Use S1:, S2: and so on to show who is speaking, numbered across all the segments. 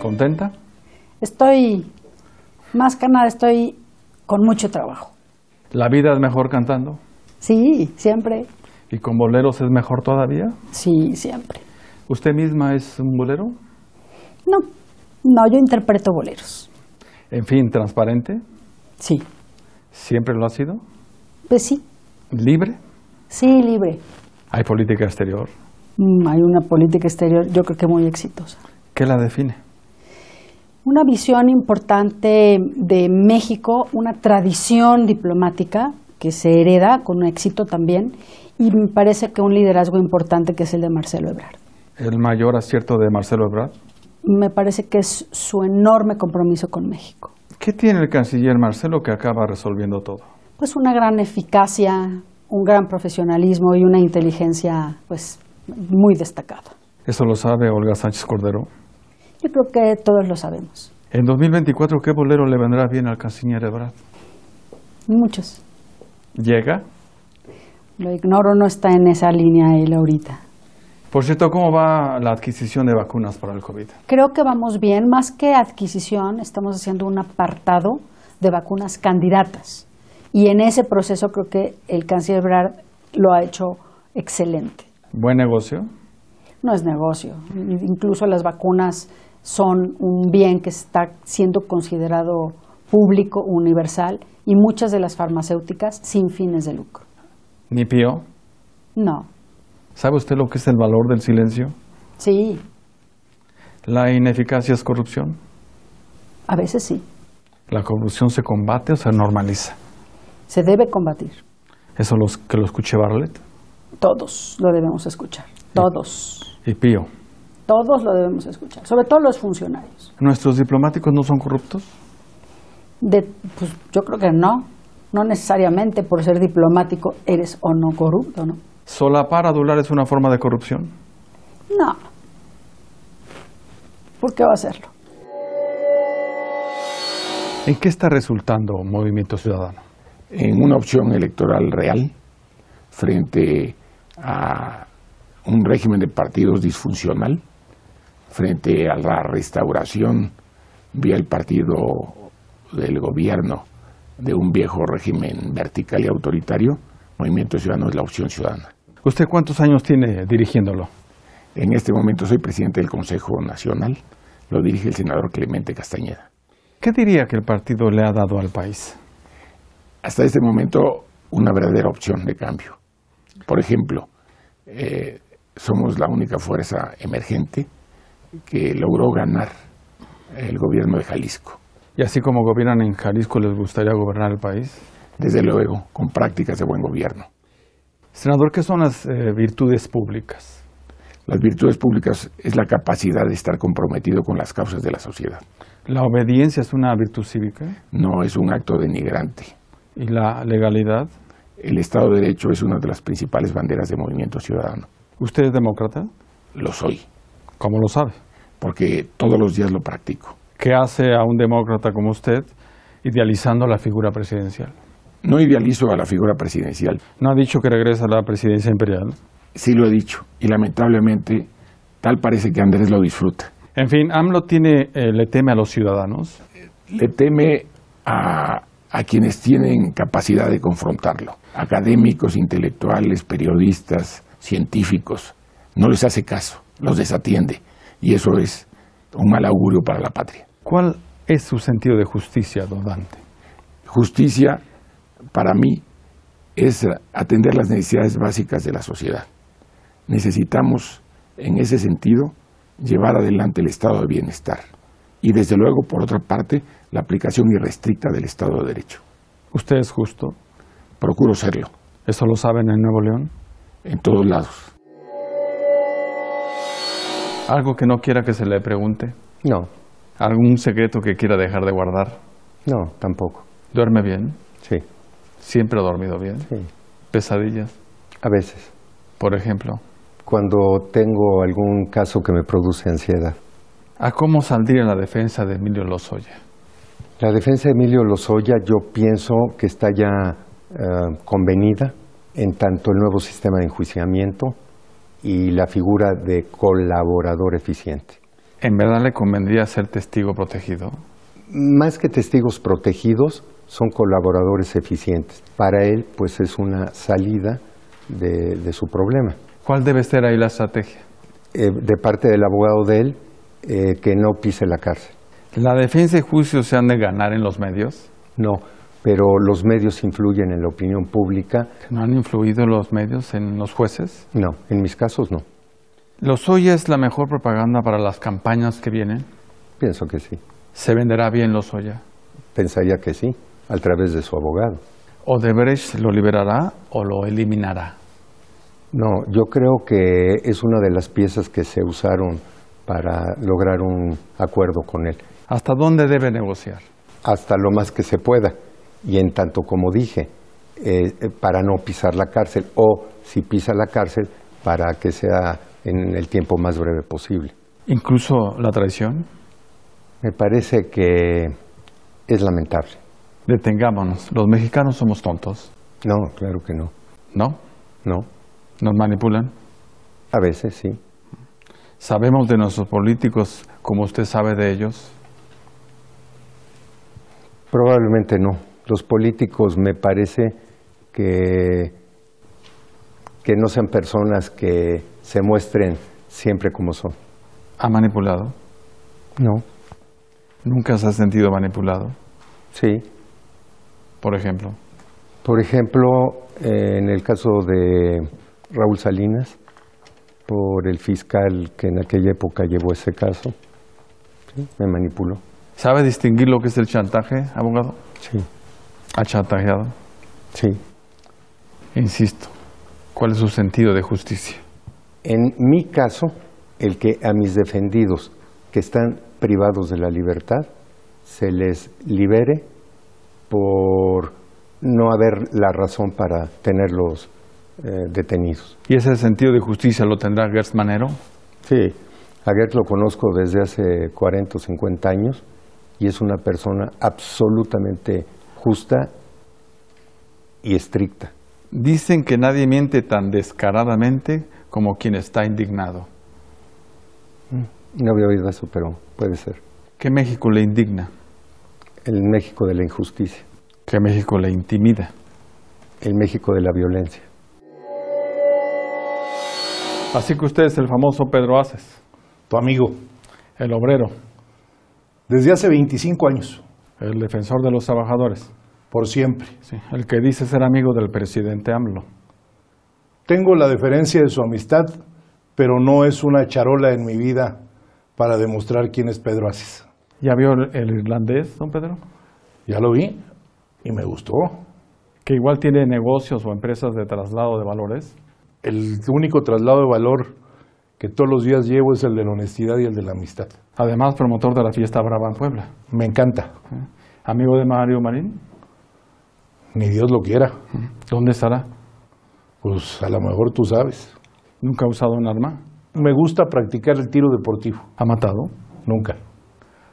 S1: contenta?
S2: Estoy, más que nada, estoy con mucho trabajo.
S1: ¿La vida es mejor cantando?
S2: Sí, siempre.
S1: ¿Y con boleros es mejor todavía?
S2: Sí, siempre.
S1: ¿Usted misma es un bolero?
S2: No, no, yo interpreto boleros.
S1: En fin, transparente,
S2: Sí,
S1: siempre lo ha sido,
S2: pues sí,
S1: libre.
S2: sí, libre.
S1: Hay política exterior.
S2: Mm, hay una política exterior, yo creo que muy exitosa.
S1: ¿Qué la define?
S2: Una visión importante de México, una tradición diplomática que se hereda con éxito también, y me parece que un liderazgo importante que es el de Marcelo Ebrard.
S1: El mayor acierto de Marcelo Ebrard.
S2: Me parece que es su enorme compromiso con México.
S1: ¿Qué tiene el canciller Marcelo que acaba resolviendo todo?
S2: Pues una gran eficacia, un gran profesionalismo y una inteligencia pues muy destacada.
S1: Eso lo sabe Olga Sánchez Cordero.
S2: Yo creo que todos lo sabemos.
S1: En 2024, ¿qué bolero le vendrá bien al canciller Ebrard?
S2: Muchos.
S1: ¿Llega?
S2: Lo ignoro, no está en esa línea él ahorita.
S1: Por cierto, ¿cómo va la adquisición de vacunas para el COVID?
S2: Creo que vamos bien, más que adquisición, estamos haciendo un apartado de vacunas candidatas. Y en ese proceso creo que el canciller Ebrard lo ha hecho excelente.
S1: ¿Buen negocio?
S2: No es negocio. Incluso las vacunas son un bien que está siendo considerado público, universal, y muchas de las farmacéuticas sin fines de lucro.
S1: ¿Ni pío?
S2: No.
S1: ¿Sabe usted lo que es el valor del silencio?
S2: Sí,
S1: ¿La ineficacia es corrupción?
S2: a veces sí.
S1: ¿La corrupción se combate o se normaliza?
S2: Se debe combatir.
S1: Eso los, que lo escuché Barlet
S2: Todos lo debemos escuchar. Todos.
S1: y Pío.
S2: Todos lo debemos escuchar. Sobre todo los funcionarios.
S1: ¿Nuestros diplomáticos no son corruptos?
S2: De, pues, yo creo que no. No necesariamente por ser diplomático eres o no corrupto, ¿no?
S1: ¿Solapar adular es una forma de corrupción?
S2: No. ¿Por qué va a hacerlo?
S1: ¿En qué está resultando Movimiento Ciudadano?
S3: en una opción electoral real frente a un régimen de partidos disfuncional, frente a la restauración vía el partido del gobierno de un viejo régimen vertical y autoritario, Movimiento Ciudadano es la opción ciudadana.
S1: ¿Usted cuántos años tiene dirigiéndolo?
S3: En este momento soy presidente del Consejo Nacional, lo dirige el senador Clemente Castañeda.
S1: ¿Qué diría que el partido le ha dado al país?
S3: hasta este momento una verdadera opción de cambio. Por ejemplo, eh, somos la única fuerza emergente que logró ganar el gobierno de Jalisco.
S1: Y así como gobiernan en Jalisco, ¿les gustaría gobernar el país?
S3: Desde luego, con prácticas de buen gobierno.
S1: Senador, ¿qué son las eh, virtudes públicas?
S3: Las virtudes públicas es la capacidad de estar comprometido con las causas de la sociedad.
S1: La obediencia es una virtud cívica
S3: No es un acto denigrante.
S1: y la legalidad.
S3: El Estado de Derecho es una de las principales banderas de movimiento ciudadano.
S1: ¿Usted es demócrata?
S3: Lo soy,
S1: ¿Cómo lo sabe?
S3: porque todos los días lo practico.
S1: ¿Qué hace a un demócrata como usted idealizando la figura presidencial?
S3: No idealizo a la figura presidencial,
S1: No ha dicho que regresa a la presidencia imperial.
S3: Sí lo he dicho. Y lamentablemente, tal parece que Andrés lo disfruta.
S1: En fin, AMLO tiene, eh, le teme a los ciudadanos.
S3: Le teme a, a quienes tienen capacidad de confrontarlo. Académicos, intelectuales, periodistas, científicos. No les hace caso, los desatiende. Y eso es un mal augurio para la patria.
S1: ¿Cuál es su sentido de justicia, don Dante?
S3: Justicia, para mí, es atender las necesidades básicas de la sociedad. Necesitamos, en ese sentido, llevar adelante el estado de bienestar y, desde luego, por otra parte, la aplicación irrestricta del Estado de Derecho.
S1: Usted es justo,
S3: Procuro serlo,
S1: eso lo saben en Nuevo León.
S3: en todos lados.
S1: Algo que no quiera que se le pregunte,
S4: No,
S1: algún secreto que quiera dejar de guardar.
S4: no, tampoco.
S1: ¿Duerme bien?
S4: Sí,
S1: ¿Siempre ha dormido bien?
S4: sí.
S1: ¿Pesadillas,
S4: A veces,
S1: por ejemplo?
S4: cuando tengo algún caso que me produce ansiedad.
S1: ¿A cómo saldría la defensa de Emilio Lozoya?
S4: La defensa de Emilio Lozoya yo pienso que está ya eh, convenida en tanto el nuevo sistema de enjuiciamiento y la figura de colaborador eficiente.
S1: en verdad le convendría ser testigo protegido.
S4: Más que testigos protegidos, son colaboradores eficientes. Para él, pues es una salida de, de su problema.
S1: ¿Cuál debe ser ahí la estrategia?
S4: Eh, de parte del abogado de él, eh, que no pise la cárcel.
S1: ¿La defensa y juicio se han de ganar en los medios?
S4: No, pero los medios influyen en la opinión pública.
S1: ¿No han influido los medios en los jueces?
S4: No, en mis casos no.
S1: ¿Los hoy es la mejor propaganda para las campañas que vienen?
S4: Pienso que sí.
S1: ¿Se venderá bien los Oya?
S4: Pensaría que sí, a través de su abogado.
S1: ¿O Debrecht lo liberará o lo eliminará?
S4: No, yo creo que es una de las piezas que se usaron para lograr un acuerdo con él,
S1: ¿Hasta dónde debe negociar?
S4: hasta lo más que se pueda. Y en tanto como dije, eh, eh, para no pisar la cárcel, o si pisa la cárcel, para que sea en el tiempo más breve posible.
S1: ¿Incluso la traición?
S4: Me parece que es lamentable.
S1: Detengámonos. Los mexicanos somos tontos,
S4: No, claro que no.
S1: ¿no?
S4: No,
S1: Nos manipulan.
S4: a veces sí.
S1: Sabemos de nuestros políticos como usted sabe de ellos.
S4: Probablemente no. Los políticos me parece que, que no sean personas que se muestren siempre como son.
S1: ¿Ha manipulado?
S4: No.
S1: ¿Nunca se ha sentido manipulado,
S4: Sí.
S1: por ejemplo?
S4: Por ejemplo, eh, en el caso de Raúl Salinas, por el fiscal que en aquella época llevó ese caso, sí, me manipuló.
S1: ¿Sabe distinguir lo que es el chantaje, abogado?
S4: Sí.
S1: ¿Ha chantajeado?
S4: Sí.
S1: Insisto, ¿cuál es su sentido de justicia?
S4: En mi caso, el que a mis defendidos que están privados de la libertad se les libere por no haber la razón para tenerlos eh, detenidos.
S1: ¿Y ese sentido de justicia lo tendrá Gertz Manero?
S4: Sí, a Gertz lo conozco desde hace 40 o 50 años y es una persona absolutamente justa y estricta.
S1: Dicen que nadie miente tan descaradamente como quien está indignado.
S4: No había oído eso, pero puede ser.
S1: ¿Qué México le indigna?
S4: El México de la injusticia,
S1: ¿Qué México le intimida?
S4: el México de la violencia.
S1: Así que usted es el famoso Pedro Aces,
S5: tu amigo,
S1: el obrero,
S5: desde hace 25 años,
S1: el defensor de los trabajadores,
S5: por siempre.
S1: sí, el que dice ser amigo del presidente AMLO.
S5: Tengo la deferencia de su amistad, pero no es una charola en mi vida para demostrar quién es Pedro Asis.
S1: ¿Ya vio el, el irlandés, don Pedro?
S5: Ya lo vi y me gustó.
S1: Que igual tiene negocios o empresas de traslado de valores.
S5: El único traslado de valor que todos los días llevo es el de la honestidad y el de la amistad.
S1: Además, promotor de la fiesta brava en Puebla.
S5: Me encanta,
S1: ¿sí? Amigo de Mario Marín,
S5: ni Dios lo quiera.
S1: ¿dónde estará?
S5: Pues a lo mejor tú sabes.
S1: Nunca ha usado un arma.
S5: Me gusta practicar el tiro deportivo.
S1: ¿Ha matado?
S5: Nunca,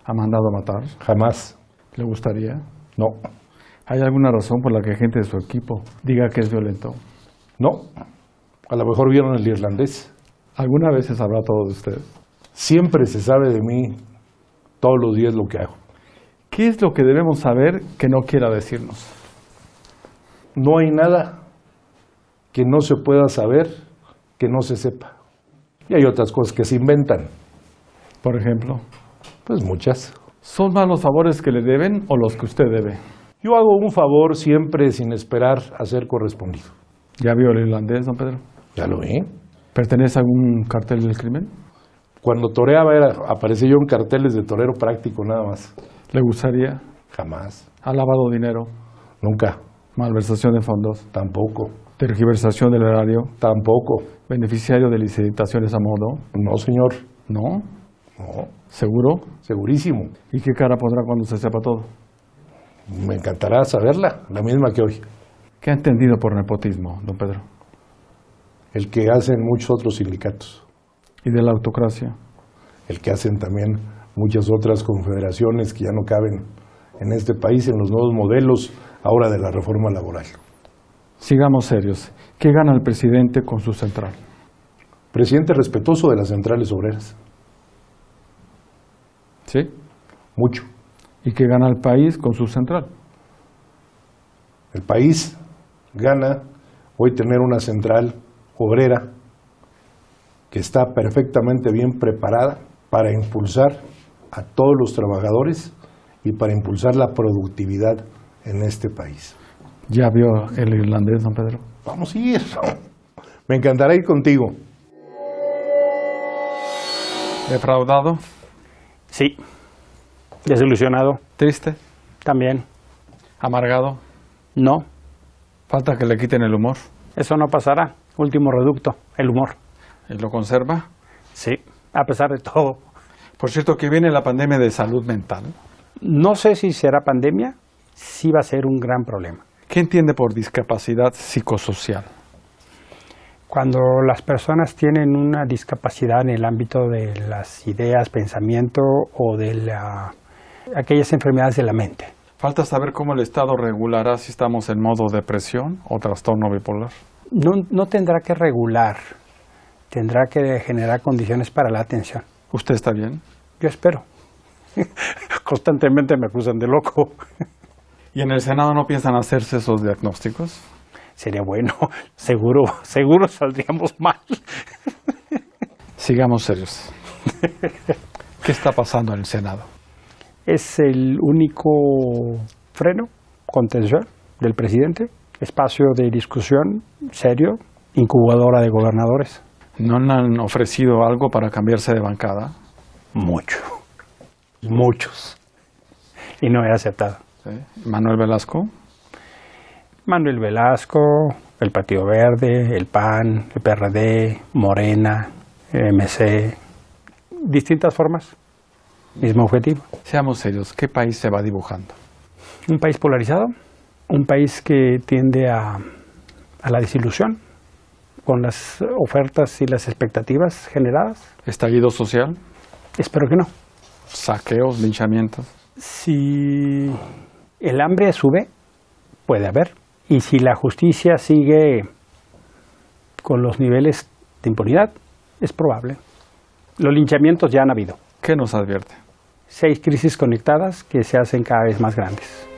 S1: ¿Ha mandado a matar?
S5: jamás,
S1: ¿Le gustaría?
S5: no,
S1: ¿Hay alguna razón por la que gente de su equipo diga que es violento?
S5: no. A lo mejor vieron el irlandés.
S1: ¿Alguna vez se sabrá todo de usted?
S5: Siempre se sabe de mí todos los días lo que hago.
S1: ¿Qué es lo que debemos saber que no quiera decirnos?
S5: No hay nada que no se pueda saber, que no se sepa. Y hay otras cosas que se inventan,
S1: Por ejemplo,
S5: pues muchas.
S1: ¿son más los favores que le deben o los que usted debe?
S5: Yo hago un favor siempre sin esperar a ser correspondido.
S1: ¿Ya vio el irlandés, don Pedro?
S5: Ya lo vi.
S1: ¿Pertenece a algún cartel del crimen?
S5: Cuando toreaba era, aparecía yo en carteles de torero práctico nada más.
S1: ¿Le gustaría?
S5: Jamás,
S1: ¿Ha lavado dinero?
S5: nunca,
S1: ¿Malversación de fondos?
S5: tampoco,
S1: ¿Tergiversación del erario?
S5: tampoco.
S1: ¿Beneficiario de licitaciones a modo?
S5: No, señor,
S1: ¿No?
S5: no,
S1: ¿Seguro?
S5: segurísimo.
S1: ¿Y qué cara pondrá cuando se sepa todo?
S5: Me encantará saberla, la misma que hoy.
S1: ¿Qué ha entendido por nepotismo, don Pedro?
S5: El que hacen muchos otros sindicatos.
S1: ¿Y de la autocracia?
S5: el que hacen también muchas otras confederaciones que ya no caben en este país, en los nuevos modelos ahora de la reforma laboral.
S1: Sigamos serios. ¿Qué gana el presidente con su central?
S5: Presidente respetuoso de las centrales obreras.
S1: ¿Sí?
S5: mucho.
S1: ¿Y qué gana el país con su central?
S5: El país gana hoy tener una central obrera que está perfectamente bien preparada para impulsar a todos los trabajadores y para impulsar la productividad en este país.
S1: Ya vio el irlandés, don Pedro.
S5: Vamos a ir. Me encantará ir contigo.
S1: Defraudado,
S6: Sí. Desilusionado.
S1: triste,
S6: También.
S1: amargado.
S6: No.
S1: Falta que le quiten el humor.
S6: Eso no pasará. Último reducto. El humor.
S1: ¿Y lo conserva?
S6: Sí. A pesar de todo.
S1: Por cierto, que viene la pandemia de salud mental.
S6: No sé si será pandemia. Sí va a ser un gran problema.
S1: ¿Qué entiende por discapacidad psicosocial?
S6: Cuando las personas tienen una discapacidad en el ámbito de las ideas, pensamiento o de la- aquellas enfermedades de la mente.
S1: Falta saber cómo el Estado regulará si estamos en modo depresión o trastorno bipolar.
S6: No, no tendrá que regular, tendrá que generar condiciones para la atención.
S1: ¿Usted está bien?
S6: Yo espero. Constantemente me acusan de loco.
S1: ¿Y en el Senado no piensan hacerse esos diagnósticos?
S6: Sería bueno, seguro, seguro saldríamos mal.
S1: Sigamos serios. ¿Qué está pasando en el Senado?
S6: Es el único freno, contención del presidente, espacio de discusión serio, incubadora de gobernadores.
S1: ¿No le han ofrecido algo para cambiarse de bancada?
S6: Mucho, muchos. Y no he aceptado.
S1: ¿Sí? Manuel Velasco,
S6: Manuel Velasco, el Partido Verde, el PAN, el PRD, Morena, MC, distintas formas, mismo objetivo.
S1: seamos serios, ¿qué país se va dibujando?
S6: Un país polarizado, un país que tiende a, a la desilusión con las ofertas y las expectativas generadas.
S1: ¿Estallido social?
S6: Espero que no.
S1: ¿Saqueos, linchamientos?
S6: Si el hambre sube, puede haber. Y si la justicia sigue con los niveles de impunidad, es probable. Los linchamientos ya han habido.
S1: ¿Qué nos advierte?
S6: Seis crisis conectadas que se hacen cada vez más grandes.